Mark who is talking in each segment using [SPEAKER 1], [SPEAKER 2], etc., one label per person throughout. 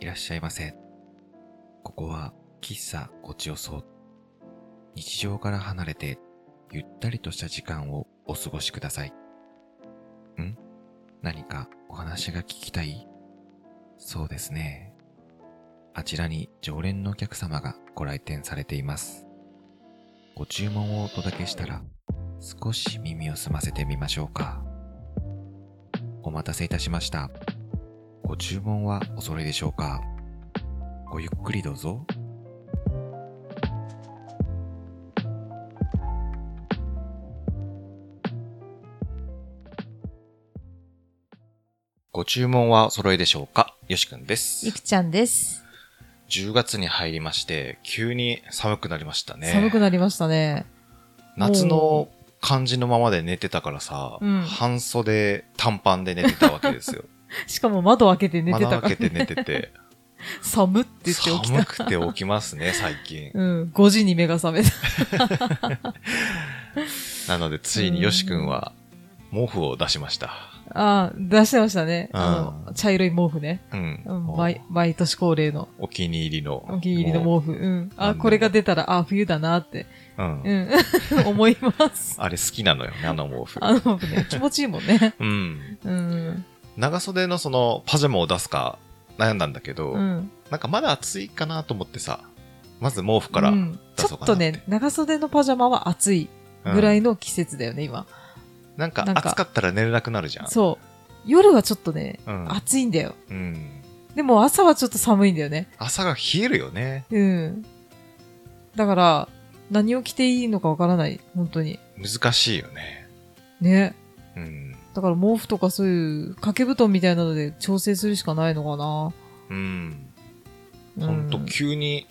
[SPEAKER 1] らっしゃいませ。ここは喫茶ごちよそ。日常から離れて、ゆったりとした時間をお過ごしください。ん何かお話が聞きたいそうですね。あちらに常連のお客様がご来店されています。ご注文をお届けしたら、少し耳を澄ませてみましょうか。お待たせいたしました。ご注文はお揃いでしょうかごゆっくりどうぞ。ご注文はお揃いでしょうかよしくんです。
[SPEAKER 2] ゆきちゃんです。
[SPEAKER 1] 10月に入りまして、急に寒くなりましたね。
[SPEAKER 2] 寒くなりましたね。
[SPEAKER 1] 夏の感じのままで寝てたからさ、
[SPEAKER 2] うん
[SPEAKER 1] 半袖短パンで寝てたわけですよ。
[SPEAKER 2] しかも窓開けて 寝て
[SPEAKER 1] 窓
[SPEAKER 2] たから、
[SPEAKER 1] 開
[SPEAKER 2] ね。
[SPEAKER 1] けて寝て て、
[SPEAKER 2] 寒って言って起き
[SPEAKER 1] 寒
[SPEAKER 2] た。
[SPEAKER 1] くて起きますね、最近。
[SPEAKER 2] うん。5時に目が覚めた。
[SPEAKER 1] なので、ついによしくんは毛布を出しました。
[SPEAKER 2] ああ、出してましたね。
[SPEAKER 1] うん
[SPEAKER 2] あの、茶色い毛布ね。
[SPEAKER 1] うん。
[SPEAKER 2] うん、
[SPEAKER 1] お
[SPEAKER 2] 毎毎年恒例の、
[SPEAKER 1] お気に入りの。
[SPEAKER 2] お気に入りの毛布。うん。
[SPEAKER 1] なん
[SPEAKER 2] あ、
[SPEAKER 1] でも
[SPEAKER 2] これが出たら、あ、冬だなって、
[SPEAKER 1] 布。うん。
[SPEAKER 2] うん、 思います。
[SPEAKER 1] あれ好きなのよね、あの毛布。
[SPEAKER 2] あの毛布ね、気持ちいいもんね。
[SPEAKER 1] うん。
[SPEAKER 2] うん。
[SPEAKER 1] 長袖のそのパジャマを出すか悩んだんだけど、
[SPEAKER 2] うん。
[SPEAKER 1] なんかまだ暑いかなと思ってさ、まず毛布から。
[SPEAKER 2] う
[SPEAKER 1] うん出
[SPEAKER 2] ち
[SPEAKER 1] そ
[SPEAKER 2] ょ
[SPEAKER 1] うか
[SPEAKER 2] っ
[SPEAKER 1] な
[SPEAKER 2] と
[SPEAKER 1] って
[SPEAKER 2] ね、長袖のパジャマは暑いぐら
[SPEAKER 1] い。
[SPEAKER 2] いの季節だよね、今。
[SPEAKER 1] なんか
[SPEAKER 2] なんか
[SPEAKER 1] 暑かったら寝れなくなるじゃん。
[SPEAKER 2] そう。夜はちょっとね、
[SPEAKER 1] うん。
[SPEAKER 2] 暑いんだよ。
[SPEAKER 1] うん。
[SPEAKER 2] でも朝はちょっと寒いんだよね。
[SPEAKER 1] 朝が冷えるよね。
[SPEAKER 2] うん。だから、何を着ていいのかわからない。本当に。
[SPEAKER 1] 難しいよね。
[SPEAKER 2] ね。
[SPEAKER 1] うん。
[SPEAKER 2] だから毛布とかそういう掛け布団みたいなので調整するしかないのかな。
[SPEAKER 1] うん。
[SPEAKER 2] うん
[SPEAKER 1] ほんと、急に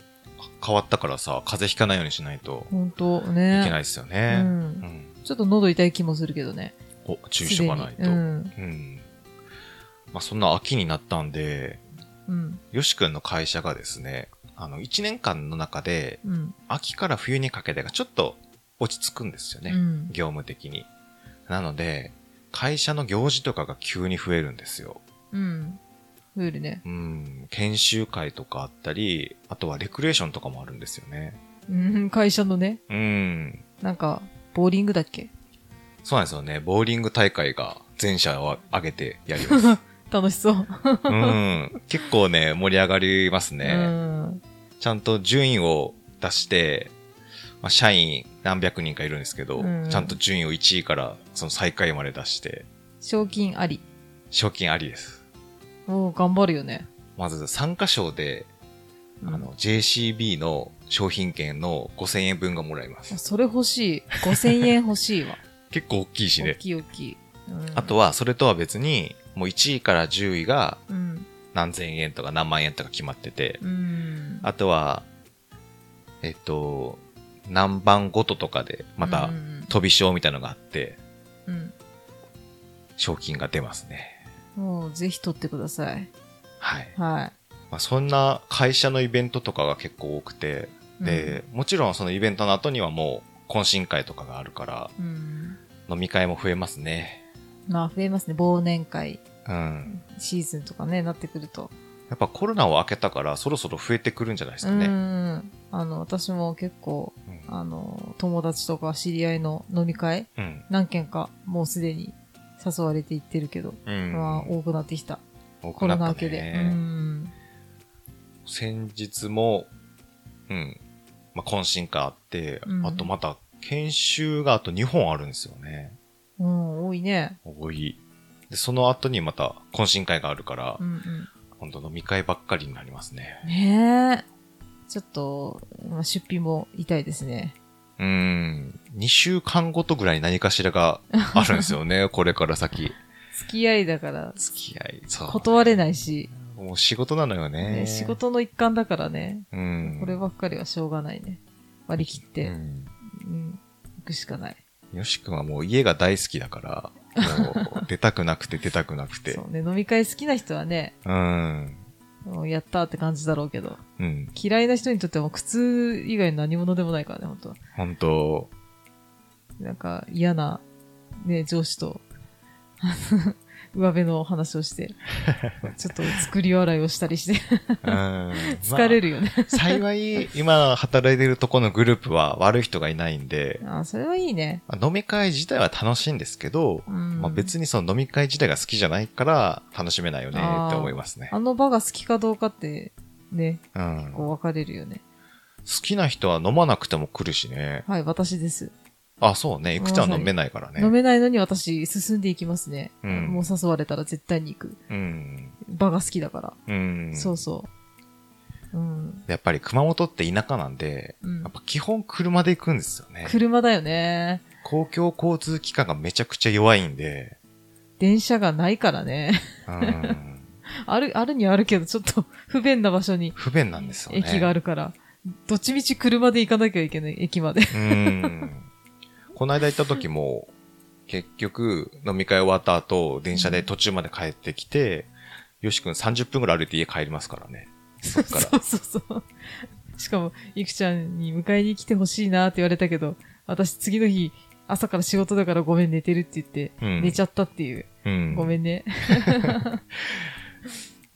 [SPEAKER 1] 変わったからさ、風邪ひかないようにしないと
[SPEAKER 2] ほんと
[SPEAKER 1] い
[SPEAKER 2] ね。
[SPEAKER 1] けないですよ
[SPEAKER 2] う。
[SPEAKER 1] ね。うんん。
[SPEAKER 2] ちょっと喉痛い気もするけどね。
[SPEAKER 1] お、注意しとかないと。
[SPEAKER 2] すでにう。
[SPEAKER 1] うんん。まあ、そんな秋になったんで、
[SPEAKER 2] うん。
[SPEAKER 1] よしくんの会社がですね、あの、1年間の中で、
[SPEAKER 2] うん。
[SPEAKER 1] 秋から冬にかけてがちょっと落ち着くんですよ
[SPEAKER 2] う
[SPEAKER 1] ね。
[SPEAKER 2] ん。
[SPEAKER 1] 業務的に。なので、会社の行事とかが急に増えるんですよ。
[SPEAKER 2] うん。増えるね。
[SPEAKER 1] うん、研修会とかあったり、あとはレクレーションとかもあるんですよね。
[SPEAKER 2] うん。会社のね、
[SPEAKER 1] うん。
[SPEAKER 2] なんか、ボーリングだっけ
[SPEAKER 1] そうなんですよね。ボーリング大会が全社を挙げてやります。
[SPEAKER 2] 楽しそう。
[SPEAKER 1] うん。結構ね、盛り上がります
[SPEAKER 2] う
[SPEAKER 1] ね。
[SPEAKER 2] ん。
[SPEAKER 1] ちゃんと順位を出して、まあ、社員何百人かいるんですけど、
[SPEAKER 2] うん
[SPEAKER 1] ちゃんと順位を1位からその最下位まで出して、
[SPEAKER 2] 賞金あり。
[SPEAKER 1] 賞金ありです。
[SPEAKER 2] おー頑張るよね。
[SPEAKER 1] まず参加賞で、
[SPEAKER 2] うん
[SPEAKER 1] あの、JCB の商品券の5000円分がもらえます。
[SPEAKER 2] それ欲しい。5000円欲しいわ。
[SPEAKER 1] 結構大きいし
[SPEAKER 2] 大
[SPEAKER 1] ね。
[SPEAKER 2] きい大きい。うん
[SPEAKER 1] あとは、それとは別に、もう1位から10位が
[SPEAKER 2] うん。
[SPEAKER 1] 何千円とか何万円とか決まってて、
[SPEAKER 2] うん。
[SPEAKER 1] あとは、えっと、何番ごととかで、また
[SPEAKER 2] う、ん
[SPEAKER 1] 飛び賞みたいなのがあって、
[SPEAKER 2] うん。
[SPEAKER 1] 賞金が出ますね。
[SPEAKER 2] もう、ぜひ取ってください。
[SPEAKER 1] はい。
[SPEAKER 2] は
[SPEAKER 1] まあ、そんな会社のイベントとかが結構多くて、
[SPEAKER 2] い。
[SPEAKER 1] で、もちろんそのイベントの後にはもう、懇親会とかがあるから、
[SPEAKER 2] うん、うん。
[SPEAKER 1] 飲み会も増えますね。
[SPEAKER 2] まあ、増えますね。忘年会、
[SPEAKER 1] うん。
[SPEAKER 2] シーズンとかね、なってくると。
[SPEAKER 1] やっぱコロナを明けたからそろそろ増えてくるんじゃないです
[SPEAKER 2] う
[SPEAKER 1] かね。
[SPEAKER 2] ん。あの、私も結構、
[SPEAKER 1] うん
[SPEAKER 2] あの、友達とか知り合いの飲み会、
[SPEAKER 1] うん。
[SPEAKER 2] 何件か、もうすでに誘われていってるけど、
[SPEAKER 1] うん
[SPEAKER 2] まあ、多くなってきた。
[SPEAKER 1] 多
[SPEAKER 2] コ
[SPEAKER 1] くな
[SPEAKER 2] ロ
[SPEAKER 1] った
[SPEAKER 2] ナ明けで。う
[SPEAKER 1] ね。
[SPEAKER 2] ん。
[SPEAKER 1] 先日も、うん。まあ、懇親会あって、
[SPEAKER 2] うん
[SPEAKER 1] あとまた研修があと2本あるんですよね。
[SPEAKER 2] うん、多いね。
[SPEAKER 1] 多い。で、その後にまた懇親会があるから
[SPEAKER 2] う、んうん。
[SPEAKER 1] 本当飲み会ばっかりになりますね。
[SPEAKER 2] ねえ。ちょっと、まあ出費も痛いですね。
[SPEAKER 1] うん。2週間ごとぐらいに何かしらがあるんですよ ね、これから先。
[SPEAKER 2] 付き合いだから、
[SPEAKER 1] 付き合い、そう。
[SPEAKER 2] 断れないし、
[SPEAKER 1] もう仕事なのよね。
[SPEAKER 2] ね仕。事の一環だからね、
[SPEAKER 1] うん。
[SPEAKER 2] こればっかりはしょうがないね。割り切って、
[SPEAKER 1] う
[SPEAKER 2] うん、
[SPEAKER 1] ん
[SPEAKER 2] 行くしかない。
[SPEAKER 1] よしくんはもう家が大好きだから、もう出たくなくて出たくなくて
[SPEAKER 2] そ。うね、飲み会好きな人はね、
[SPEAKER 1] うん。
[SPEAKER 2] もうやったーって感じだろうけど、
[SPEAKER 1] うん。
[SPEAKER 2] 嫌いな人にとってはもう苦痛以外の何物でもないからね、本当
[SPEAKER 1] 本当
[SPEAKER 2] なんか嫌な、ね、上司と、 上辺のお話 をして、ちょっと作り笑いをしたりして、 疲れ
[SPEAKER 1] る。
[SPEAKER 2] るよね。
[SPEAKER 1] まあ幸い、今働いてるとこのグループは悪い人がいないんで、
[SPEAKER 2] あ、それはいいね。
[SPEAKER 1] まあ飲み会自体は楽しいんですけど、
[SPEAKER 2] うん
[SPEAKER 1] まあ、別にその飲み会自体が好きじゃないから楽しめないよねって思いますね。
[SPEAKER 2] あの場が好きかどうかって、ね、
[SPEAKER 1] うん、
[SPEAKER 2] こう
[SPEAKER 1] 好
[SPEAKER 2] 分かれるよね。
[SPEAKER 1] きな人は飲まなくても来るしね。
[SPEAKER 2] はい、私です。
[SPEAKER 1] あ、そうね。いくちゃんは飲めないからね。
[SPEAKER 2] 飲めないのに私進んでいきますね。
[SPEAKER 1] うん
[SPEAKER 2] もう誘われたら絶対に行く。
[SPEAKER 1] うん。
[SPEAKER 2] 場が好きだから。
[SPEAKER 1] うん。
[SPEAKER 2] そうそう。うん。
[SPEAKER 1] やっぱり熊本って田舎なんで、
[SPEAKER 2] うん
[SPEAKER 1] やっぱ基本車で行くんですよね。
[SPEAKER 2] 車だよね。
[SPEAKER 1] 公共交通機関がめちゃくちゃ弱いんで、
[SPEAKER 2] 電車がないからね。
[SPEAKER 1] うん、
[SPEAKER 2] ある、あるにはあるけど、ちょっと 不便な場所に
[SPEAKER 1] 不便なんですよね。
[SPEAKER 2] 駅があるから。どっちみち車で行かなきゃいけない、駅まで。
[SPEAKER 1] うん。この間行った時も、結局、飲み会終わった後、電車で途中まで帰ってきて、よしくん30分ぐらい歩いて家帰りますからね。
[SPEAKER 2] そう
[SPEAKER 1] から
[SPEAKER 2] そうそう。しかも、いくちゃんに迎えに来てほしいなって言われたけど、私次の日、朝から仕事だからごめん寝てるって言って、
[SPEAKER 1] うん
[SPEAKER 2] 寝ちゃったっていう。
[SPEAKER 1] うん。
[SPEAKER 2] ご
[SPEAKER 1] い
[SPEAKER 2] めんね。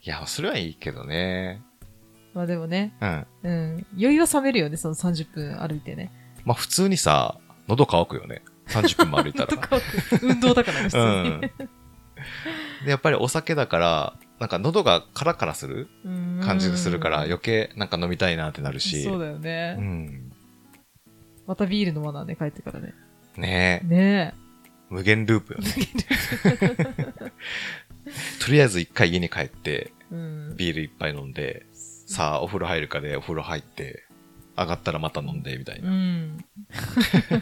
[SPEAKER 1] や、それはいいけどね。
[SPEAKER 2] まあでもね、
[SPEAKER 1] うん。
[SPEAKER 2] うん。酔いは冷めるよね、その30分歩いてね。
[SPEAKER 1] まあ普通にさ、喉乾くよね。30分も歩い た
[SPEAKER 2] と
[SPEAKER 1] ら。
[SPEAKER 2] か運動だからね、普通
[SPEAKER 1] う
[SPEAKER 2] に。
[SPEAKER 1] ん。で、やっぱりお酒だから、なんか喉がカラカラする 感じがするから、
[SPEAKER 2] よ
[SPEAKER 1] 余計なんか飲みたいなってなるし。
[SPEAKER 2] そうだよね、
[SPEAKER 1] うん。
[SPEAKER 2] またビール飲まなね、帰ってからね。
[SPEAKER 1] ねえ。
[SPEAKER 2] ね
[SPEAKER 1] 無限ループよね。 とりあえず一回家に帰って、
[SPEAKER 2] え。うん。
[SPEAKER 1] ビール一杯飲んで、さあお風呂入るかでお風呂入って、上がったらまた飲んで、みたいうな。
[SPEAKER 2] ん。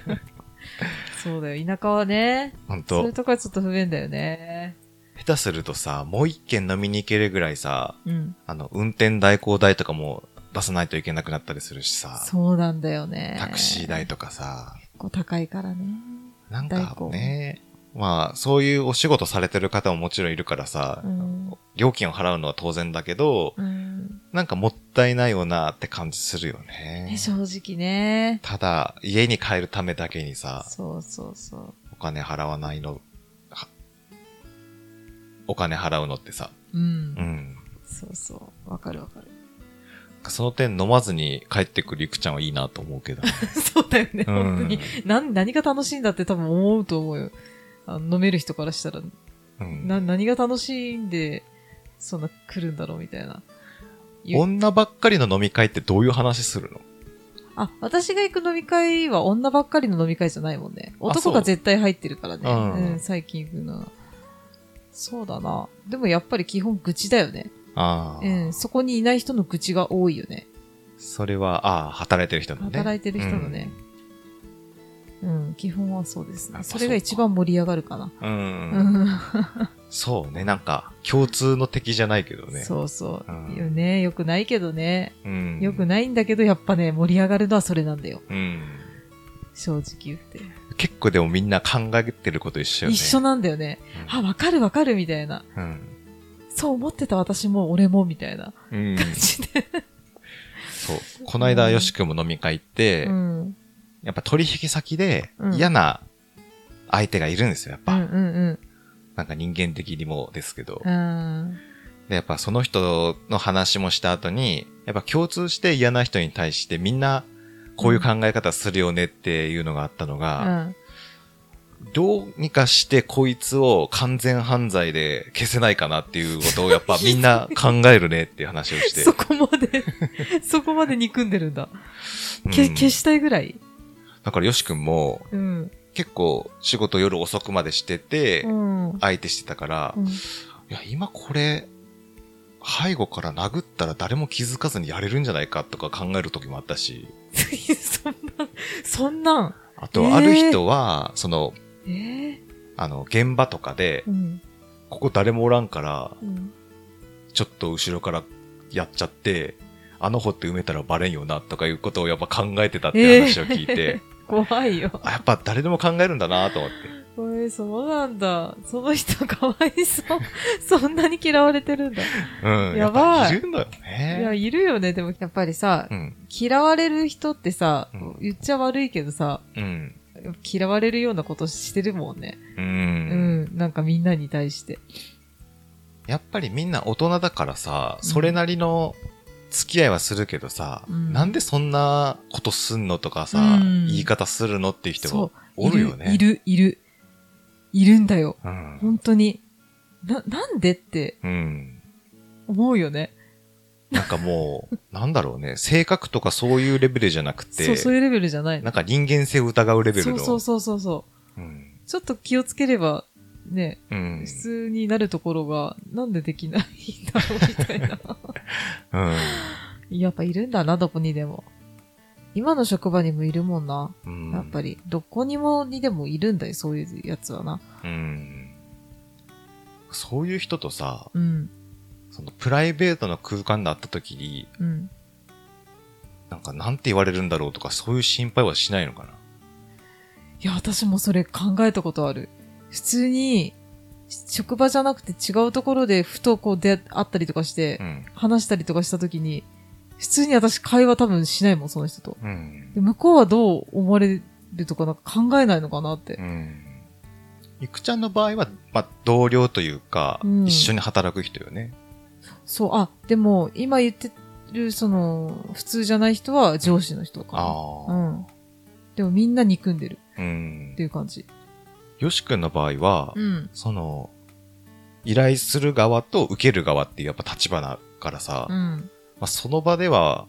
[SPEAKER 2] そうだよ、田舎はね。
[SPEAKER 1] ほん
[SPEAKER 2] そうい
[SPEAKER 1] と
[SPEAKER 2] う、とこはちょっと不便だよね。
[SPEAKER 1] 下手するとさ、もう一軒飲みに行けるぐらいさ、
[SPEAKER 2] うん。
[SPEAKER 1] あの、運転代行代とかも出さないといけなくなったりするしさ、
[SPEAKER 2] そうなんだよね。
[SPEAKER 1] タクシー代
[SPEAKER 2] 結
[SPEAKER 1] とかさ、
[SPEAKER 2] 構高いからね。
[SPEAKER 1] なん
[SPEAKER 2] 代
[SPEAKER 1] か
[SPEAKER 2] 行
[SPEAKER 1] ね、まあ、そういうお仕事されてる方ももちろんいるからさ、
[SPEAKER 2] うん。
[SPEAKER 1] 料金を払うのは当然だけど、
[SPEAKER 2] うん。
[SPEAKER 1] なんかもったいないよなって感じするよね
[SPEAKER 2] ね、。正直ね。
[SPEAKER 1] ただ、家に帰るためだけにさ、
[SPEAKER 2] そうそうそ
[SPEAKER 1] お金払わないの、はお金払うのってさ、
[SPEAKER 2] う。うん。
[SPEAKER 1] うん。
[SPEAKER 2] そうそう。わかるわかる。
[SPEAKER 1] その点飲まずに帰ってくるゆくちゃんはいいなと思うけど。
[SPEAKER 2] そうだよね、
[SPEAKER 1] うん
[SPEAKER 2] 本当に。なん何が楽しいんだって多分思うと思うよ。あの飲める人からしたら、
[SPEAKER 1] うん
[SPEAKER 2] な何が楽しいんで、そんな来るんだろうみたいな。ゆ
[SPEAKER 1] 女ばっかりの飲み会ってどういう話するの
[SPEAKER 2] あ、私が行く飲み会は女ばっかりの飲み会じゃないもんね。男
[SPEAKER 1] そ
[SPEAKER 2] が
[SPEAKER 1] う
[SPEAKER 2] 絶対入ってるからね。
[SPEAKER 1] うん
[SPEAKER 2] うん、最近行くのは。そうだな。でもやっぱり基本愚痴だよね。
[SPEAKER 1] ああ、
[SPEAKER 2] うん、そこにいない人の愚痴が多いよね。
[SPEAKER 1] それは、ああ、働いてる人のね。
[SPEAKER 2] 働いてる人のね。うん、基本はそうです
[SPEAKER 1] やっ
[SPEAKER 2] ね。
[SPEAKER 1] ぱ
[SPEAKER 2] それが一番盛り上がるかな。
[SPEAKER 1] うん。うん
[SPEAKER 2] うん
[SPEAKER 1] そうね、なんか、共通の敵じゃないけどね。
[SPEAKER 2] そうそう。
[SPEAKER 1] うん
[SPEAKER 2] よね。よくないけどね。
[SPEAKER 1] うん。
[SPEAKER 2] よくないんだけど、やっぱね、盛り上がるのはそれなんだよ。
[SPEAKER 1] うん。
[SPEAKER 2] 正直言って。
[SPEAKER 1] 結構でもみんな考えてること一緒よね。
[SPEAKER 2] 一緒なんだよね。あ、わかるわかるみたいな。
[SPEAKER 1] うん。
[SPEAKER 2] そう思ってた私も俺もみたいな
[SPEAKER 1] うん。
[SPEAKER 2] 感じで。
[SPEAKER 1] そう。この間、よしくんも飲み会行って、
[SPEAKER 2] うん。うん
[SPEAKER 1] やっぱ取引先で
[SPEAKER 2] うん
[SPEAKER 1] 嫌な相手がいるんですよ、やっ
[SPEAKER 2] う
[SPEAKER 1] ぱ。
[SPEAKER 2] んうん
[SPEAKER 1] なんか人間的にもですけど。
[SPEAKER 2] うん。
[SPEAKER 1] で、やっぱその人の話もした後に、やっぱ共通して嫌な人に対してみんなこういう考え方するよねっていうのがあったの
[SPEAKER 2] う
[SPEAKER 1] が、
[SPEAKER 2] ん。
[SPEAKER 1] どうにかしてこいつを完全犯罪で消せないかなっていうことをやっぱみんな考えるねっていう話をして
[SPEAKER 2] そ。こまで、そこまで憎んでるんだ。け
[SPEAKER 1] うん
[SPEAKER 2] 消したいぐらい。
[SPEAKER 1] だからよしくんも
[SPEAKER 2] うん。
[SPEAKER 1] 結構仕事夜遅くまでしてて
[SPEAKER 2] う、ん。 うん
[SPEAKER 1] 相手してたから、いや、今これ、背後から殴ったら誰も気づかずにやれるんじゃないかとか考える時もあったし、
[SPEAKER 2] そんなん、そんなん。
[SPEAKER 1] あ
[SPEAKER 2] え
[SPEAKER 1] と、
[SPEAKER 2] ー
[SPEAKER 1] ある人は、その、
[SPEAKER 2] えー
[SPEAKER 1] あの、現場とかで
[SPEAKER 2] う、ん。
[SPEAKER 1] ここ誰もおらんから、
[SPEAKER 2] うん。
[SPEAKER 1] ちょっと後ろからやっちゃって、あの掘って埋めたらバレんよな、とかいうことをやっぱ考えてたっていう話を聞い て、
[SPEAKER 2] 怖いよ。
[SPEAKER 1] あやっぱ誰でも考えるんだなと思って。
[SPEAKER 2] えー、そうなんだ。その人かわいそう。 そんなに嫌われてるんだ。い
[SPEAKER 1] うん。
[SPEAKER 2] やばい
[SPEAKER 1] っぱいるのよ
[SPEAKER 2] や、
[SPEAKER 1] ね。
[SPEAKER 2] いるよね。でもやっぱりさ
[SPEAKER 1] う、ん。
[SPEAKER 2] 嫌われる人ってさ
[SPEAKER 1] うん、
[SPEAKER 2] 言っちゃ悪いけどさ、
[SPEAKER 1] うん。
[SPEAKER 2] 嫌われるようなことしてるもんね。
[SPEAKER 1] う。
[SPEAKER 2] うんん。なんかみんなに対して。
[SPEAKER 1] やっぱりみんな大人だからさ、それなりの付き合いはするけどさ、
[SPEAKER 2] うん
[SPEAKER 1] なんでそんなことすんのとかさ、
[SPEAKER 2] うん
[SPEAKER 1] 言い方するのっていう人
[SPEAKER 2] そ
[SPEAKER 1] が
[SPEAKER 2] う
[SPEAKER 1] おるよね。
[SPEAKER 2] いる、いる。いるんだよ。
[SPEAKER 1] うん。
[SPEAKER 2] 本当に。な、なんでって
[SPEAKER 1] うん。
[SPEAKER 2] 思うよね。
[SPEAKER 1] なんかもう、なんだろうね、性格とかそういうレベルじゃなくて、
[SPEAKER 2] そう、そういうレベルじゃないの
[SPEAKER 1] なんか人間性を疑うレベル
[SPEAKER 2] そう
[SPEAKER 1] の。
[SPEAKER 2] そうそうそうそう。
[SPEAKER 1] うん。
[SPEAKER 2] ちょっと気をつければ、ね、
[SPEAKER 1] うん
[SPEAKER 2] 普。通になるところが、なんでできないんだろうみたい な。
[SPEAKER 1] うん。
[SPEAKER 2] やっぱいるんだな、どこにでも。今の職場にもいるもんな。
[SPEAKER 1] うん
[SPEAKER 2] やっぱ。り、どこにもにでもいるんだよ、そういうやつはな。
[SPEAKER 1] うん。そういう人とさ、
[SPEAKER 2] うん、
[SPEAKER 1] そのプライベートの空間で会った時に、
[SPEAKER 2] うん。
[SPEAKER 1] なんかなんて言われるんだろうとか、そういう心配はしないのかな。
[SPEAKER 2] いや、私もそれ考えたことある。普通に、職場じゃなくて違うところでふとこう出会ったりとかして、
[SPEAKER 1] うん。
[SPEAKER 2] 話したりとかした時に、普通に私会話多分しないもん、その人と。
[SPEAKER 1] うん
[SPEAKER 2] で。向こうはどう思われるとかなんか考えないのかなって。
[SPEAKER 1] うん。いくちゃんの場合は、まあ、同僚というか、
[SPEAKER 2] うん
[SPEAKER 1] 一緒に働く人よね。
[SPEAKER 2] そう、あ、でも今言ってるその、普通じゃない人は上司の人かな。う
[SPEAKER 1] ああ。
[SPEAKER 2] ん。でもみんな憎んでる
[SPEAKER 1] うん
[SPEAKER 2] って。いう感じ。
[SPEAKER 1] よしくんの場合は、
[SPEAKER 2] うん。
[SPEAKER 1] その、依頼する側と受ける側っていうやっぱ立場だからさ、
[SPEAKER 2] う
[SPEAKER 1] ま
[SPEAKER 2] ん。
[SPEAKER 1] あ、その場では、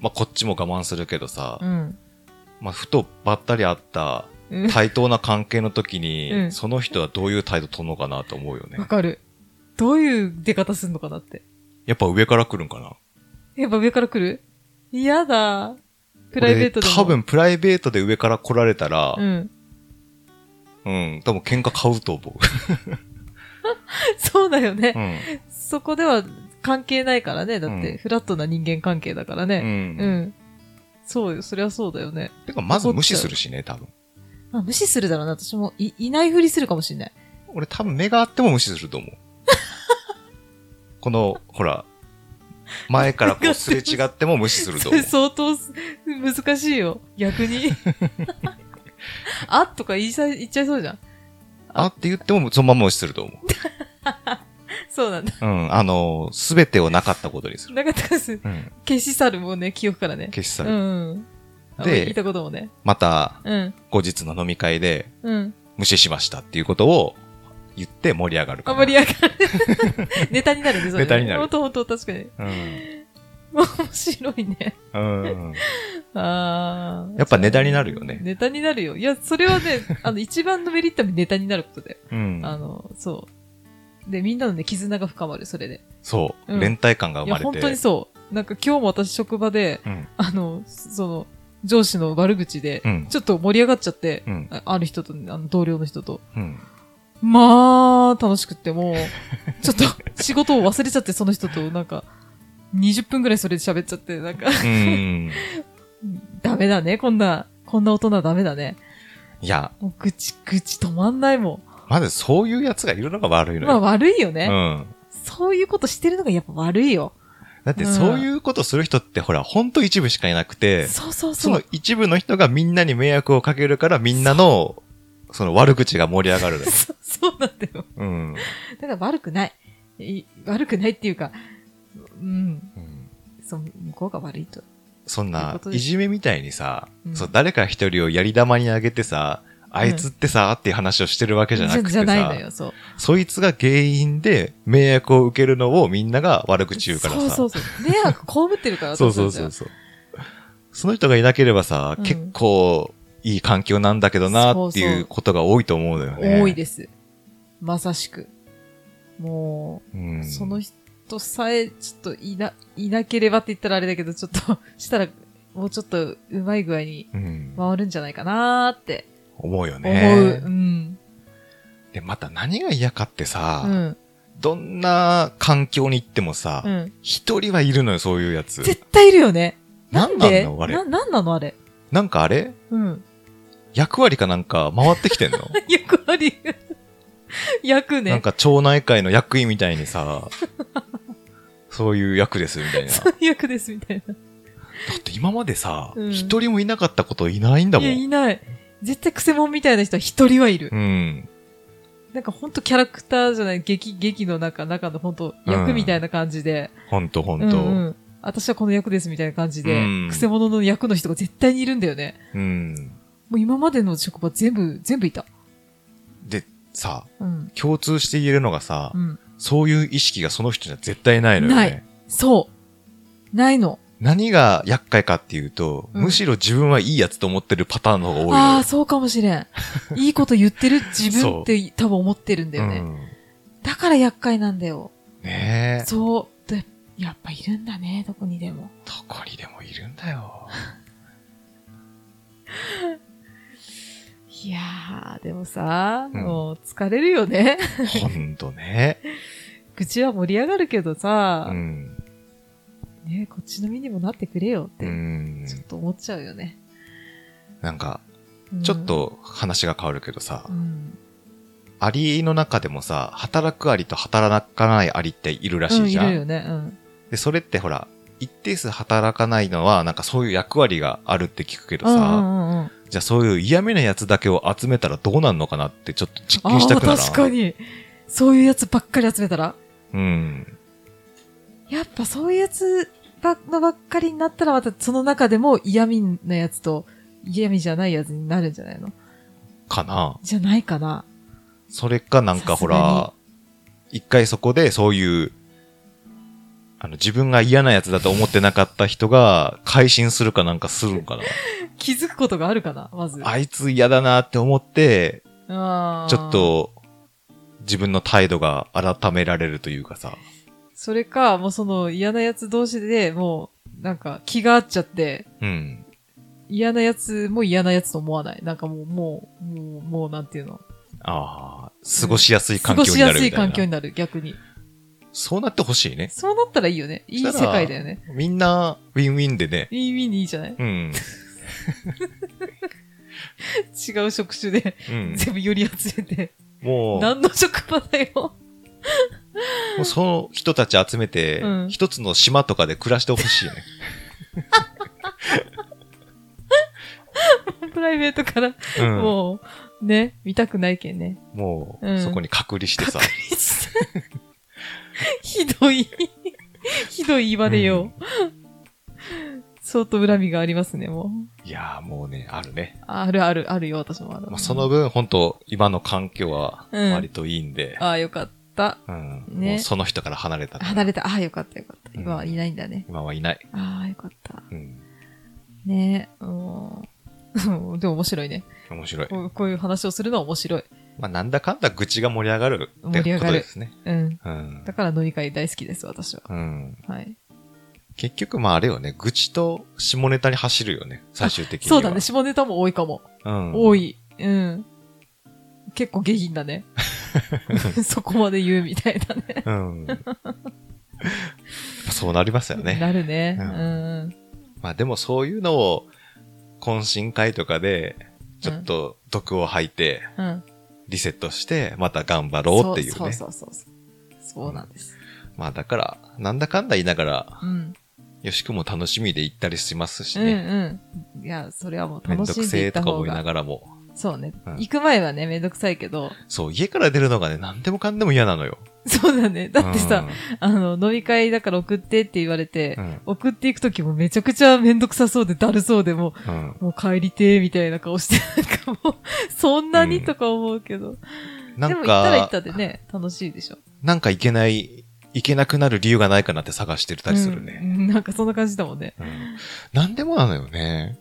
[SPEAKER 1] まあ、こっちも我慢するけどさ、
[SPEAKER 2] うん。
[SPEAKER 1] まあ、ふとばったり会った
[SPEAKER 2] うん
[SPEAKER 1] 対等な関係の時に、
[SPEAKER 2] うん
[SPEAKER 1] その人はどういう態度取るのかなと思うよね
[SPEAKER 2] わ。かる。どういう出方すんのかなって。
[SPEAKER 1] やっぱ上から来るんかな
[SPEAKER 2] やっぱ上から来る嫌だ。プライベートでも。
[SPEAKER 1] 俺多。分プライベートで上から来られたら
[SPEAKER 2] う、ん。
[SPEAKER 1] うん、多分喧嘩買うと思 う。
[SPEAKER 2] そうだよね。
[SPEAKER 1] うん。
[SPEAKER 2] そこでは関係ないからね。だっ
[SPEAKER 1] うん
[SPEAKER 2] て、フラットな人間関係だから
[SPEAKER 1] う
[SPEAKER 2] ね。うん。
[SPEAKER 1] ん。
[SPEAKER 2] そうよ。そりゃそうだよね。
[SPEAKER 1] てか、まず無視するしね、多分。
[SPEAKER 2] まあ、無視するだろうな。私もい、いないふりするかもしれない。
[SPEAKER 1] 俺多分目があっても無視すると思う。 この、ほら、前からこうすれ違っても無視すると
[SPEAKER 2] そ
[SPEAKER 1] 思
[SPEAKER 2] れ
[SPEAKER 1] う。
[SPEAKER 2] 相当す難しいよ。逆に。あっとか言いさ言っちゃいそうじゃん。
[SPEAKER 1] あって言ってもそのまま無視すると 思う。
[SPEAKER 2] そうなんだ。
[SPEAKER 1] うん。あの、すべてをなかったことにする。
[SPEAKER 2] なかったです。
[SPEAKER 1] うん。
[SPEAKER 2] 消し去るもんね、記憶からね。
[SPEAKER 1] 決し去
[SPEAKER 2] う
[SPEAKER 1] る。
[SPEAKER 2] ん。あ
[SPEAKER 1] で
[SPEAKER 2] 聞いたこともね。
[SPEAKER 1] また、
[SPEAKER 2] うん。
[SPEAKER 1] 後日の飲み会で
[SPEAKER 2] うん。
[SPEAKER 1] 無視しましたっていうことを言って盛り上がるか
[SPEAKER 2] あ
[SPEAKER 1] な。
[SPEAKER 2] まりやがる。 ネタになるね、それね。
[SPEAKER 1] ネタになる
[SPEAKER 2] ほんとほんと、確かに。
[SPEAKER 1] うん。
[SPEAKER 2] 面白いね。
[SPEAKER 1] うん。
[SPEAKER 2] あー
[SPEAKER 1] やっぱネタになるよね
[SPEAKER 2] ネタになるよ。いや、それはね、 あの、一番のメリットはネタになることだよ。
[SPEAKER 1] うん。
[SPEAKER 2] あの、そう。で、みんなのね、絆が深まる、それで。
[SPEAKER 1] そう、
[SPEAKER 2] うん
[SPEAKER 1] 連帯感が
[SPEAKER 2] い
[SPEAKER 1] 生
[SPEAKER 2] や、
[SPEAKER 1] まれて。
[SPEAKER 2] 本当にそう。なんか今日も私職場で、
[SPEAKER 1] うん。
[SPEAKER 2] あの、その、上司の悪口で
[SPEAKER 1] う、ん。
[SPEAKER 2] ちょっと盛り上がっちゃって、
[SPEAKER 1] うん。
[SPEAKER 2] あある人とね、あの同僚の人と。
[SPEAKER 1] うん。
[SPEAKER 2] まあ、楽しくって、もう、 ちょっと仕事を忘れちゃって、その人と、なんか、20分ぐらいそれで喋っちゃって、なんか、
[SPEAKER 1] うん。
[SPEAKER 2] ダメだね、こんな、こんな大人ダメだね。
[SPEAKER 1] いや、
[SPEAKER 2] もう愚痴、愚痴止まんないも
[SPEAKER 1] まずそういうやつがいるのが悪い
[SPEAKER 2] ん。
[SPEAKER 1] の
[SPEAKER 2] まあ
[SPEAKER 1] よ。
[SPEAKER 2] 悪いよね、
[SPEAKER 1] うん。
[SPEAKER 2] そういうことしてるのがやっぱ悪いよ。
[SPEAKER 1] だってそういうことする人ってほら、ほんと一部しかいなくて、
[SPEAKER 2] そうそう
[SPEAKER 1] そ
[SPEAKER 2] そ
[SPEAKER 1] の
[SPEAKER 2] う。
[SPEAKER 1] 一部の人がみんなに迷惑をかけるからみんなの、その悪口が盛り上がるのよ。
[SPEAKER 2] そうそうなんだよ。
[SPEAKER 1] うん。
[SPEAKER 2] だから悪くない。い悪くないっていうか、うん。
[SPEAKER 1] うん
[SPEAKER 2] そう、向こうが悪いと。
[SPEAKER 1] そん
[SPEAKER 2] という
[SPEAKER 1] な
[SPEAKER 2] こと、で
[SPEAKER 1] いじめみたいにさ、
[SPEAKER 2] うん
[SPEAKER 1] そう誰か一人をやり玉にあげてさ、あいつってさ、っていう話をしてるわけじゃなくてさ、
[SPEAKER 2] じゃないのよ、そう。
[SPEAKER 1] そいつが原因で迷惑を受けるのをみんなが悪口言うからさ。
[SPEAKER 2] そうそうそう。迷惑被ってるから、
[SPEAKER 1] そうそう
[SPEAKER 2] 私たち
[SPEAKER 1] そ
[SPEAKER 2] は
[SPEAKER 1] うそう。その人がいなければさ、
[SPEAKER 2] うん
[SPEAKER 1] 結構いい環境なんだけどなって
[SPEAKER 2] そう
[SPEAKER 1] い
[SPEAKER 2] そう
[SPEAKER 1] うことが多いと思うのよね。
[SPEAKER 2] 多いです。まさしく。も
[SPEAKER 1] う
[SPEAKER 2] う、
[SPEAKER 1] ん、
[SPEAKER 2] その人さえ、ちょっといな、いなければって言ったらあれだけど、ちょっと、したら、もうちょっと、うまい具合に
[SPEAKER 1] うん、
[SPEAKER 2] 回るんじゃないかなーって
[SPEAKER 1] 思うよ
[SPEAKER 2] 思う。
[SPEAKER 1] ね
[SPEAKER 2] う。ん。
[SPEAKER 1] で、また何が嫌かってさ、
[SPEAKER 2] うん。
[SPEAKER 1] どんな環境に行ってもさ
[SPEAKER 2] う、ん。
[SPEAKER 1] 一、人はいるのよ、そういうやつ。
[SPEAKER 2] 絶対いるよね。な
[SPEAKER 1] なん
[SPEAKER 2] ん
[SPEAKER 1] なん
[SPEAKER 2] で
[SPEAKER 1] のあれ
[SPEAKER 2] な、なんなのあれ。
[SPEAKER 1] なんかあれ
[SPEAKER 2] うん。
[SPEAKER 1] 役割かなんか回ってきてんの
[SPEAKER 2] 役割。 役ね。
[SPEAKER 1] なんか町内会の役員みたいにさ、 そういう役ですみたいな。だ
[SPEAKER 2] 最悪ですみたいな。
[SPEAKER 1] って今までさ、一、
[SPEAKER 2] うん
[SPEAKER 1] 人もいなかったこといないんだ
[SPEAKER 2] い
[SPEAKER 1] もん。
[SPEAKER 2] や、いない。絶対クセモンみたいな人は一人はいる
[SPEAKER 1] う。ん。
[SPEAKER 2] なんかほんとキャラクターじゃない、劇、劇の中、中のほんと役みたいな感じで、
[SPEAKER 1] ほんとほ
[SPEAKER 2] うん
[SPEAKER 1] んと。
[SPEAKER 2] う
[SPEAKER 1] うん
[SPEAKER 2] ん私はこの役ですみたいな感じで、
[SPEAKER 1] うん
[SPEAKER 2] くせ者の役の人が絶対にいるんだよね。もう今までの職場全部、全部いた。
[SPEAKER 1] で、さ、
[SPEAKER 2] うん。
[SPEAKER 1] 共通して言えるのがさ、
[SPEAKER 2] うん。
[SPEAKER 1] そういう意識がその人には絶対ないのよね。
[SPEAKER 2] ないそう。ないの。
[SPEAKER 1] 何が厄介かっていうと、
[SPEAKER 2] うん
[SPEAKER 1] むしろ自分はいいやつと思ってるパターンの方が多いのよ
[SPEAKER 2] ああ、そうかもし れん。いいこと言ってる自分って多分思ってるんだよね。
[SPEAKER 1] うん
[SPEAKER 2] だから厄介なんだよ。
[SPEAKER 1] ねえ。
[SPEAKER 2] そう。でやっぱいるんだね、どこにでも。
[SPEAKER 1] どこにでもいるんだ よ。
[SPEAKER 2] いやー、でもさ、
[SPEAKER 1] うん
[SPEAKER 2] もう疲れるよね。
[SPEAKER 1] ほんとね。
[SPEAKER 2] 愚痴は盛り上がるけど
[SPEAKER 1] う
[SPEAKER 2] さ、
[SPEAKER 1] ん。
[SPEAKER 2] ね、こっちの身にもなってくれよっ
[SPEAKER 1] う
[SPEAKER 2] て、
[SPEAKER 1] ん。
[SPEAKER 2] ちょっと思っちゃうよね。
[SPEAKER 1] なんか、
[SPEAKER 2] うん
[SPEAKER 1] ちょっ、と話が変わるけどさ
[SPEAKER 2] う、ん、
[SPEAKER 1] アリの中でもさ、働くアリと働かないアリっているらしいじゃ。
[SPEAKER 2] うんんいるよね。うん。
[SPEAKER 1] で、それってほら、一定数働かないのは、なんかそういう役割があるって聞くけど
[SPEAKER 2] うんう
[SPEAKER 1] さ、
[SPEAKER 2] んうんうん。
[SPEAKER 1] じゃあそういう嫌味なやつだけを集めたらどうなんのかなってちょっと実
[SPEAKER 2] あ
[SPEAKER 1] 験した
[SPEAKER 2] あ、
[SPEAKER 1] くならん
[SPEAKER 2] 確か。に。そういうやつばっかり集めたら
[SPEAKER 1] うん。
[SPEAKER 2] やっぱそういうやつばのばっかりになったらまたその中でも嫌味なやつと嫌味じゃないやつになるんじゃないの
[SPEAKER 1] かな。
[SPEAKER 2] じゃないかな。
[SPEAKER 1] それかなんかほら
[SPEAKER 2] さ、
[SPEAKER 1] 一回そこでそういう、あの、自分が嫌なやつだと思ってなかった人が、改心するかなんかするんかな。
[SPEAKER 2] 気づくことがあるかなまず。
[SPEAKER 1] あいつ嫌だなって思って、
[SPEAKER 2] あー
[SPEAKER 1] ちょっ。と、自分の態度が改められるというかさ。
[SPEAKER 2] それか、もうその嫌なやつ同士でもうなんか気が合っちゃって、
[SPEAKER 1] うん。
[SPEAKER 2] 嫌なやつも嫌なやつと思わない。なんかもう、もう、もう、もうなんていうの。
[SPEAKER 1] ああ、過ごしやすい
[SPEAKER 2] 過
[SPEAKER 1] 環
[SPEAKER 2] ご
[SPEAKER 1] 境
[SPEAKER 2] し
[SPEAKER 1] にな
[SPEAKER 2] や
[SPEAKER 1] る
[SPEAKER 2] す
[SPEAKER 1] み
[SPEAKER 2] い
[SPEAKER 1] たいな。
[SPEAKER 2] 環境になる、逆に。
[SPEAKER 1] そうなってほしいね。
[SPEAKER 2] そうなったらいいよね。いい世界だよね。
[SPEAKER 1] みんな、ウィンウィンでね。
[SPEAKER 2] ウィンウィンでいいじゃない
[SPEAKER 1] うん。
[SPEAKER 2] 違う職種で
[SPEAKER 1] うん。
[SPEAKER 2] 全部より集めて。
[SPEAKER 1] もう、も
[SPEAKER 2] 何の職場だよ。
[SPEAKER 1] うその人たち集めて
[SPEAKER 2] う、ん
[SPEAKER 1] 一つの島とかで暮らしてほ しいね。
[SPEAKER 2] プライベートから、
[SPEAKER 1] うん。も
[SPEAKER 2] もう、ね、見たくないけんね。
[SPEAKER 1] う、も
[SPEAKER 2] う
[SPEAKER 1] うんそこに隔離してさ
[SPEAKER 2] 隔離。して。 ひどい、ひどい言われよう。相当恨みがありますね、もう。
[SPEAKER 1] いやーもうね、あるね。
[SPEAKER 2] あるある、あるよ、私もある。
[SPEAKER 1] まあ、その分、本当今の環境は、
[SPEAKER 2] うん
[SPEAKER 1] 割といいんで。
[SPEAKER 2] ああ、よかった。
[SPEAKER 1] うん。
[SPEAKER 2] ね
[SPEAKER 1] もうその人から離れたから。
[SPEAKER 2] 離れた。ああ、よかった、よかった。
[SPEAKER 1] うん
[SPEAKER 2] 今はいないんだね。
[SPEAKER 1] 今はいない。
[SPEAKER 2] ああ、よかった。
[SPEAKER 1] うん。
[SPEAKER 2] ねえ、もう でも面白いね。
[SPEAKER 1] 面白い。
[SPEAKER 2] こうこういう話をするのは面白い。
[SPEAKER 1] まあ、なんだかんだ愚痴が盛り上がるっ
[SPEAKER 2] 盛り
[SPEAKER 1] て
[SPEAKER 2] 上
[SPEAKER 1] こ
[SPEAKER 2] が
[SPEAKER 1] と
[SPEAKER 2] る
[SPEAKER 1] ですね。
[SPEAKER 2] うん。
[SPEAKER 1] うん
[SPEAKER 2] だ。から飲み会大好きです、私は。
[SPEAKER 1] うん。
[SPEAKER 2] はい。
[SPEAKER 1] 結局、まああれよね、愚痴と下ネタに走るよね、最終的には。
[SPEAKER 2] そうだね、下ネタも多いかも。
[SPEAKER 1] うん。
[SPEAKER 2] 多い。うん。結構下品 だね。 そこまで言うみたいなね。
[SPEAKER 1] うん。 やっぱそうなりますよね。
[SPEAKER 2] なるね。
[SPEAKER 1] う
[SPEAKER 2] うんん。
[SPEAKER 1] まあでもそういうのを、懇親会とかで、ちょっと毒を吐いて、
[SPEAKER 2] うん。
[SPEAKER 1] リセットして、また頑張ろうっていうね。
[SPEAKER 2] そうそうそうそう。そうなんです。
[SPEAKER 1] まあだから、なんだかんだ言いながら、
[SPEAKER 2] うん。
[SPEAKER 1] よしくも楽しみで行ったりしますし
[SPEAKER 2] うん
[SPEAKER 1] ね。
[SPEAKER 2] うん。いや、それはもう
[SPEAKER 1] めん
[SPEAKER 2] 楽
[SPEAKER 1] ど
[SPEAKER 2] し
[SPEAKER 1] く
[SPEAKER 2] んで
[SPEAKER 1] せ
[SPEAKER 2] い
[SPEAKER 1] え
[SPEAKER 2] った
[SPEAKER 1] とか
[SPEAKER 2] 方
[SPEAKER 1] 思いな
[SPEAKER 2] が。
[SPEAKER 1] がらも。
[SPEAKER 2] そうね、
[SPEAKER 1] うん
[SPEAKER 2] 行く前はね、めんどくさいけど。
[SPEAKER 1] そう、家から出るのがね、何でもかんでも嫌なのよ。
[SPEAKER 2] そうだね。 だって
[SPEAKER 1] うん
[SPEAKER 2] さ、、あの、飲み会だから送ってって言われて、
[SPEAKER 1] うん
[SPEAKER 2] 送っていくときもめちゃくちゃめんどくさそうでだるそうでもう
[SPEAKER 1] うん
[SPEAKER 2] もう帰りてーみたいな顔して、なんかもう、そんなにとか思うけど。
[SPEAKER 1] な
[SPEAKER 2] で
[SPEAKER 1] ん
[SPEAKER 2] も行ったら行
[SPEAKER 1] か
[SPEAKER 2] っ、たでね、楽しいでしょ。
[SPEAKER 1] なんかいけない、いけなくなる理由がないかなって探してたりする
[SPEAKER 2] う
[SPEAKER 1] ね。
[SPEAKER 2] んうんなんかそんな感じだもんね。
[SPEAKER 1] うんなんでもなのよね。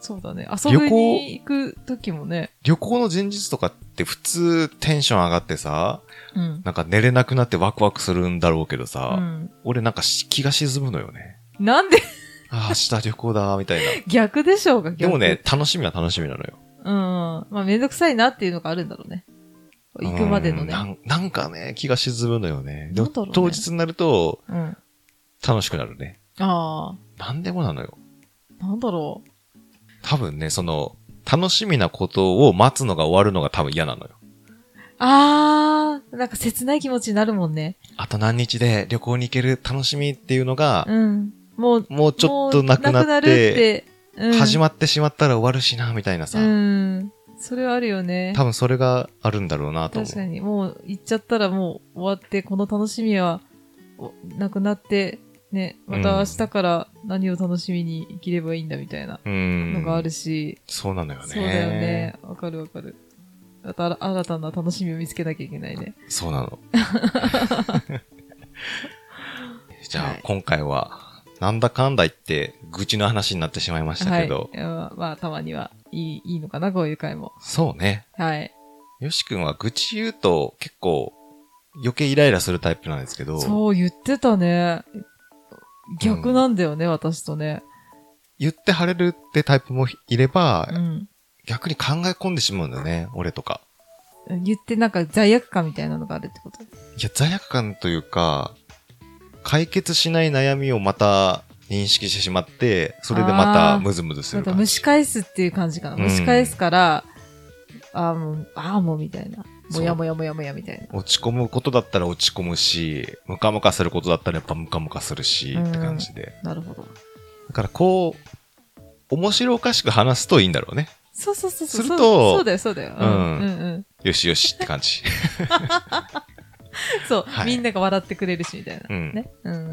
[SPEAKER 2] そうだね。遊
[SPEAKER 1] 旅行
[SPEAKER 2] びに行く時もね。
[SPEAKER 1] 旅行の前日とかって普通テンション上がってさ、
[SPEAKER 2] うん。
[SPEAKER 1] なんか寝れなくなってワクワクするんだろうけど
[SPEAKER 2] う
[SPEAKER 1] さ、
[SPEAKER 2] ん、
[SPEAKER 1] 俺なんかし気が沈むのよね。
[SPEAKER 2] なんで
[SPEAKER 1] ああ、明日旅行だ、みたいな。
[SPEAKER 2] 逆でしょうか、逆
[SPEAKER 1] でもね、。楽しみは楽しみなのよ。
[SPEAKER 2] うん。まあめんどくさいなっていうのがあるんだろうね。行くまでのね
[SPEAKER 1] う。んなんなんかね、気が沈むのよね。で
[SPEAKER 2] なんだろうね
[SPEAKER 1] 当日になると
[SPEAKER 2] うん。あ
[SPEAKER 1] 楽しくなるね。
[SPEAKER 2] あ
[SPEAKER 1] なんでもなのよ。
[SPEAKER 2] ー、なんだろう。
[SPEAKER 1] 多分ね、その、楽しみなことを待つのが終わるのが多分嫌なのよ。
[SPEAKER 2] ああ、なんか切ない気持ちになるもんね。
[SPEAKER 1] あと何日で旅行に行ける楽しみっていうのが
[SPEAKER 2] う、ん。もう、
[SPEAKER 1] もうちょっとなく
[SPEAKER 2] も
[SPEAKER 1] な
[SPEAKER 2] う
[SPEAKER 1] って、
[SPEAKER 2] るって、うん、
[SPEAKER 1] 始ま
[SPEAKER 2] ま
[SPEAKER 1] ってしまったら終わるしな、みたいなさ。
[SPEAKER 2] うん。それはあるよね。
[SPEAKER 1] 多分それがあるんだろうなと思
[SPEAKER 2] 確か
[SPEAKER 1] う。
[SPEAKER 2] に、もう行っちゃったらもう終わって、この楽しみはおなくなって、ね、また明日から何を楽しみに生きればいいんだみたいな
[SPEAKER 1] うん。
[SPEAKER 2] のがあるし、
[SPEAKER 1] そうなのよね。
[SPEAKER 2] そうだよね。。わかるわかる。また新新たな楽しみを見つけなきゃいけないね。
[SPEAKER 1] そうな の。じゃ
[SPEAKER 2] は
[SPEAKER 1] あ
[SPEAKER 2] い
[SPEAKER 1] 今回は、なんだかんだ言って愚痴の話になってしまいました
[SPEAKER 2] は
[SPEAKER 1] け
[SPEAKER 2] い。
[SPEAKER 1] ど、
[SPEAKER 2] いやまあ、たまにはいい、いいのかな、こういう回も。
[SPEAKER 1] そうね。
[SPEAKER 2] はい。
[SPEAKER 1] よし君は愚痴言うと結構余計イライラするタイプなんですけど、
[SPEAKER 2] そう言ってたね。逆なんだよね、私とね。
[SPEAKER 1] 言って晴れるってタイプもいれば、
[SPEAKER 2] うん。
[SPEAKER 1] 逆に考え込んでしまうんだよね、俺とか。
[SPEAKER 2] 言ってなんか罪悪感みたいなのがあるってこと。
[SPEAKER 1] いや、罪悪感というか、解決しない悩みをまた認識してしまって、それでま
[SPEAKER 2] あ
[SPEAKER 1] た
[SPEAKER 2] ー
[SPEAKER 1] ムズムズす
[SPEAKER 2] なん
[SPEAKER 1] る
[SPEAKER 2] か
[SPEAKER 1] 感
[SPEAKER 2] 蒸
[SPEAKER 1] じ。
[SPEAKER 2] し返すっていう感じかな。
[SPEAKER 1] うん
[SPEAKER 2] 蒸し返すから、ああ、もう、ああ、もうみたいな。
[SPEAKER 1] そう
[SPEAKER 2] もやもやもやもやみたい
[SPEAKER 1] 落ち込むことだったら落ち込むし、ムカムカすることだったらやっぱムカムカするし、
[SPEAKER 2] うん
[SPEAKER 1] って感じで。
[SPEAKER 2] な。なるほど。
[SPEAKER 1] だからこう、面白おかしく話すといいんだろうね。
[SPEAKER 2] そうそうそうそう。
[SPEAKER 1] すると
[SPEAKER 2] そうだよ、そうだよ。う
[SPEAKER 1] うん
[SPEAKER 2] ん。うんうん。
[SPEAKER 1] よしよしって感じ。
[SPEAKER 2] そう、
[SPEAKER 1] はい
[SPEAKER 2] みんなが笑ってくれるし、みたいな。
[SPEAKER 1] うん
[SPEAKER 2] ね。うん。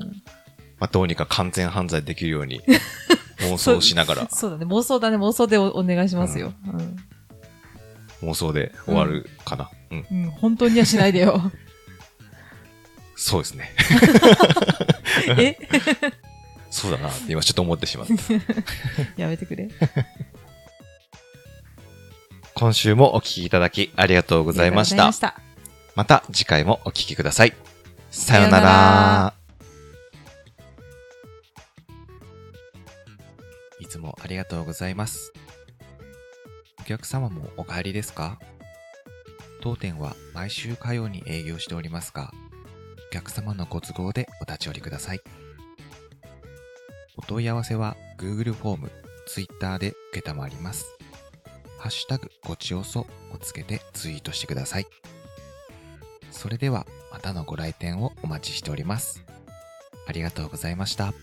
[SPEAKER 1] まあ、どうにか完全犯罪できるよう に妄
[SPEAKER 2] そ
[SPEAKER 1] 想
[SPEAKER 2] う
[SPEAKER 1] しながら
[SPEAKER 2] そうだね、妄想だね、妄想でおお願いしますよ。
[SPEAKER 1] 妄想で終わるかな、うん
[SPEAKER 2] うん。うん、本当にはしないで よ。
[SPEAKER 1] そうですね
[SPEAKER 2] え
[SPEAKER 1] そうだなって今ちょっと思ってしまった
[SPEAKER 2] やめてくれ。
[SPEAKER 1] 今週もお聞きいただきありがとうございまし
[SPEAKER 2] ありがとうご
[SPEAKER 1] た
[SPEAKER 2] ざいました。
[SPEAKER 1] また次回もお聞きくださいさような
[SPEAKER 2] さような
[SPEAKER 1] ら
[SPEAKER 2] ら
[SPEAKER 3] いつもありがとうございます。お客様もお帰りですか当店は毎週火曜に営業しておりますが、お客様のご都合でお立ち寄りください。お問い合わせは Google フォーム、Twitter で受けたまります。ハッシュタグごちおそをつけてツイートしてください。それではまたのご来店をお待ちしております。ありがとうございました。